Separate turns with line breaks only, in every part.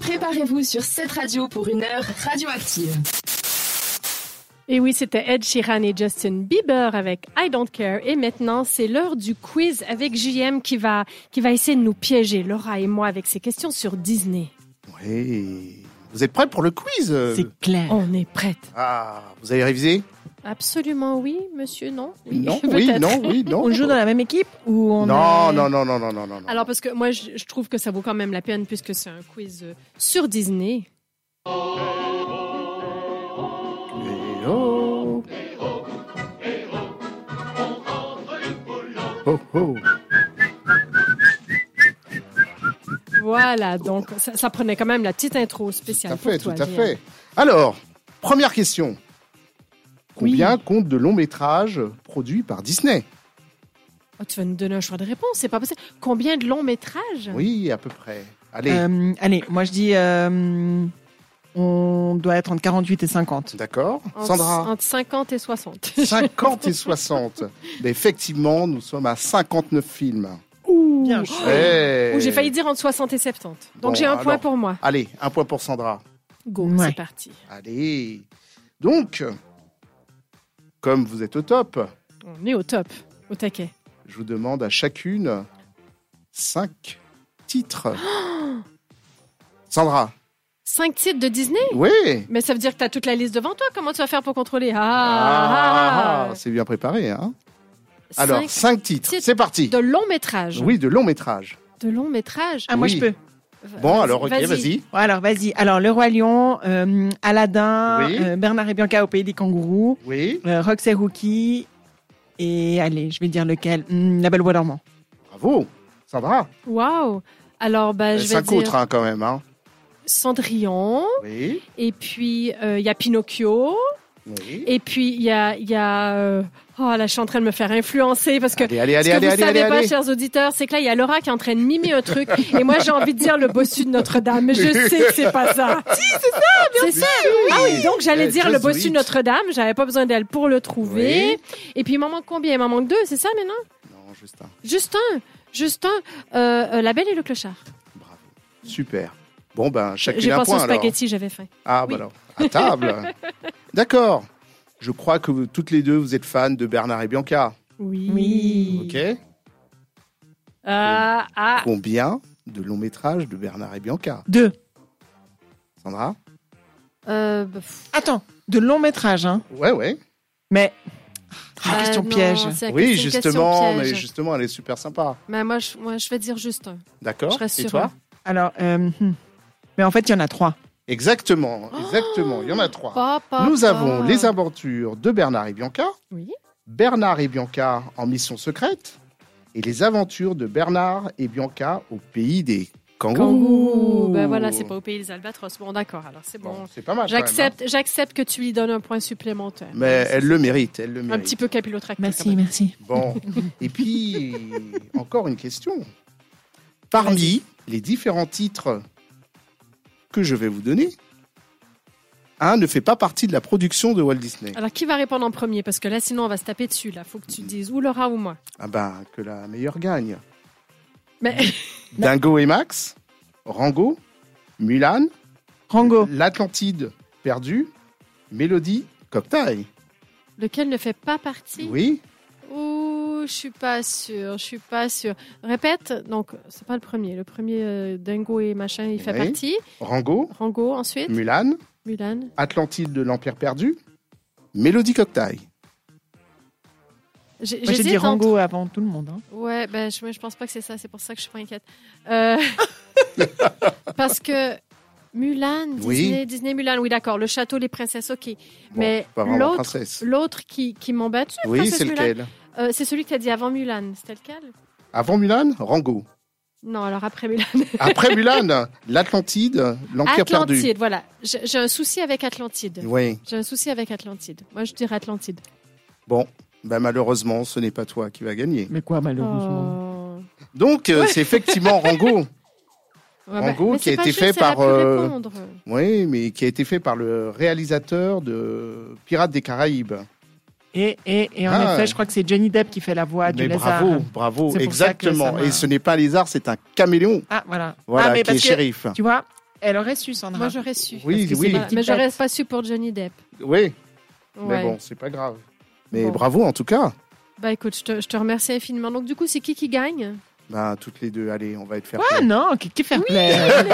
Préparez-vous sur cette radio pour une heure radioactive.
Et oui, c'était Ed Sheeran et Justin Bieber avec I Don't Care. Et maintenant, c'est l'heure du quiz avec JM qui va, qui va essayer de nous piéger, Laura et moi, avec ses questions sur Disney.
Oui. Vous êtes prêts pour le quiz euh
C'est clair.
On est prête.
Ah, vous avez révisé
Absolument oui, monsieur, non
Non, oui,
peut-être.
non, oui, non.
On joue dans la même équipe ou on
Non,
est-
non, non, non, non, non, non. non.
Alors, parce que moi, je, je trouve que ça vaut quand même la peine puisque c'est un quiz euh, sur Disney.
Eh oh. Oh, oh.
Voilà, donc ça, ça prenait quand même la petite intro
Tout
spéciale.
à fait,
pour toi,
tout à
JM.
fait. Alors, première question. Combien compte de longs métrages produits par Disney
Oh, tu vas nous donner un choix de réponse, c'est pas possible. Combien de longs métrages
Oui, à peu près. Allez,
Euh, allez, moi je dis. euh, on doit être entre 48 et 50.
d'accord.
Entre-
Sandra,
Entre 50 et 60.
50 et 60. Mais effectivement, nous sommes à 59 films.
Ouh.
Bien
Eh.
Ou Oh, j'ai failli dire entre 60 et 70. Donc
Bon,
j'ai un point
alors.
pour moi.
Allez, un point pour Sandra.
Go,
Ouais.
c'est parti.
Allez. Donc, comme vous êtes au top,
On est au top, au taquet.
je vous demande à chacune 5 titres. Sandra,
Cinq titres de Disney
oui.
Mais ça veut dire que tu as toute la liste devant toi. Comment tu vas faire pour contrôler
Ah,
Ah, ah, ah.
c'est bien préparé. Hein
Cinq
Alors, 5 titres.
titres
C'est parti.
de long métrage.
Oui, de long métrage.
De long métrage.
Ah, moi
Oui.
je peux.
Bon, alors, ok, vas-y.
Bon, alors vas-y. Alors, Le Roi Lion, euh, Aladdin,
Oui.
euh, Bernard et Bianca au pays des kangourous,
Oui,
euh, Rox et Rookie, et allez, je vais dire lequel Hmm, La Belle au Bois dormant.
bravo. Sandra,
Waouh. Alors, bah, je vais
5
dire
autres hein, quand même. Hein.
Cendrillon.
Oui,
Et puis, euh, il y a Pinocchio.
oui.
Et puis, il y a. il Y a euh, Oh là, je suis en train de me faire influencer parce que
Allez, allez,
Ce
allez,
que
allez,
vous
allez,
savez
allez,
pas,
allez.
chers auditeurs, c'est que là, il y a Laura qui est en train de mimer un truc. et moi, j'ai envie de dire le bossu de Notre-Dame. Mais je sais que c'est pas ça. Si, c'est ça, bien sûr. Ah oui, donc j'allais
Eh,
dire le
just
bossu
do
de
it.
Notre-Dame. J'avais pas besoin d'elle pour le trouver. Et puis, il m'en manque combien Il m'en manque deux, c'est ça maintenant
Non, juste un.
Juste un. Juste un. Euh, euh, la Belle et le Clochard.
Bravo. Super. Bon, ben,
J'ai
chacune un
pensé au
point alors.
spaghetti, j'avais faim.
Ah,
Oui.
bah alors, à table. D'accord. Je crois que vous- toutes les deux, vous êtes fans de Bernard et Bianca.
Oui.
Oui.
OK
Ah, ah.
Combien de longs métrages de Bernard et Bianca
Deux.
Sandra
Euh, bah, pff,
Attends, de long métrage, hein.
Ouais, ouais.
Mais. Ah,
bah,
question
non,
piège.
c'est la
Oui,
question- question
justement, mais
piège.
justement, elle est super sympa.
Mais moi, je, moi, je vais dire juste un.
D'accord
Je reste
Et
sur
toi
un.
Alors, euh, hmm. mais en fait, il y en a trois.
Oh
Exactement, exactement. Il y en a trois.
Pas, pas,
Nous
pas.
avons les aventures de Bernard et Bianca,
Oui.
Bernard et Bianca en mission secrète, et les aventures de Bernard et Bianca au pays des kangourous.
Kangourou.
Ouh.
Ben voilà, c'est pas au pays des albatros. Bon, d'accord, alors c'est bon.
Bon, c'est pas mal. quand même, hein.
J'accepte, j'accepte que tu lui donnes un point supplémentaire.
Mais elle le mérite, elle le
Un
mérite.
petit peu capillotracté.
Merci, merci.
Bon, et puis, encore une question. Parmi les différents titres que je vais vous donner, un ne fait pas partie de la production de Walt Disney.
Alors, qui va répondre en premier Parce que là, sinon, on va se taper dessus. Là, faut que tu dises ou Laura ou moi.
Ah ben, que la meilleure gagne.
Mais Bah.
Dingo et Max, Rango, Mulan,
Euh,
Rango,
L'Atlantide perdue, Mélodie, Cocktail.
lequel ne fait pas partie
Oui,
Ouh, je suis pas sûre, je suis pas sûre. Répète. Donc, c'est pas le premier. Le premier, euh, Dingo et machin, il fait
Oui. Mm.
partie.
Rango,
Rango, ensuite.
Mulan,
Mulan.
Atlantide de l'Empire perdu, Mélodie, Cocktail.
J'ai-
moi j'ai dit
j'hésite hein. entre-
Rango avant tout le monde. hein.
Ouais, ben, je, moi, je pense pas que c'est ça, c'est pour ça que je suis pas inquiète. Euh, parce que Mulan,
Oui.
Disney, Disney Mulan, oui, d'accord, le château, les princesses, ok.
Bon,
Mais
pas vraiment
l'autre-
princesse.
L'autre qui, qui m'embête,
Oui,
princesse
c'est
Mulan.
lequel
euh, c'est celui que tu as dit avant Mulan, c'était lequel
Avant Mulan, Rango.
Non, alors après Mulan.
Après Mulan, l'Atlantide, l'Empire
Atlantide,
perdu.
voilà. J'ai j'ai un souci avec Atlantide.
Oui.
J'ai un souci avec Atlantide. Moi, je dirais Atlantide.
Bon, bah malheureusement, ce n'est pas toi qui va gagner.
Mais quoi,
Euh,
malheureusement.
Oh.
Donc, euh, c'est effectivement Rango.
Ouais, ben,
Rango,
mais
qui
c'est
a
pas
été
juste,
fait
c'est la
par,
plus
euh,
répondre.
Oui, mais qui a été fait par le réalisateur de Pirates des Caraïbes.
Et, et, et en
Ah.
effet, je crois que c'est Johnny Depp qui fait la voix du
Mais
lézard.
bravo, bravo,
C'est pour ça que ça
exactement.
m'a-
Et ce n'est pas lézard, c'est un caméléon.
Ah, voilà.
Voilà,
ah, mais
qui est
parce que,
shérif.
tu vois, elle aurait su, Sandra.
Moi, j'aurais su.
Oui,
que
oui,
c'est
Voilà, Mais j'aurais pas su pour Johnny Depp.
oui. Mais
Ouais.
bon, c'est pas grave. Mais
Bon.
bravo en tout cas.
Bah écoute, je te, je te remercie infiniment. Donc du coup, c'est qui qui gagne
Bah, toutes les deux, allez, on va être faire.
Ah non, qui, qui fait plaisir. J'ai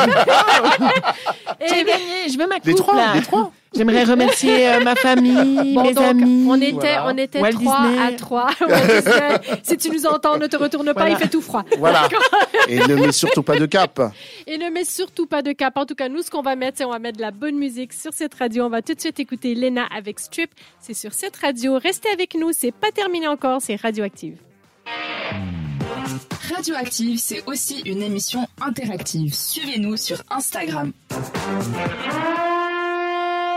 Eh,
gagné, je veux ma coupe
ben, Les trois,
là.
les trois.
J'aimerais remercier euh, ma famille,
Bon,
mes
donc,
amis.
on était,
voilà.
on était
Walt
trois
Disney.
à trois. Walt Disney, si tu nous entends, ne te retourne pas,
Voilà.
il fait tout froid.
Voilà. Et ne mets surtout pas de cap.
Et ne mets surtout pas de cap. En tout cas, nous, ce qu'on va mettre, c'est on va mettre de la bonne musique sur cette radio. On va tout de suite écouter Lena avec Strip. C'est sur cette radio. Restez avec nous. C'est pas terminé encore. C'est Radioactive.
Radioactive, c'est aussi une émission interactive. Suivez-nous sur Instagram.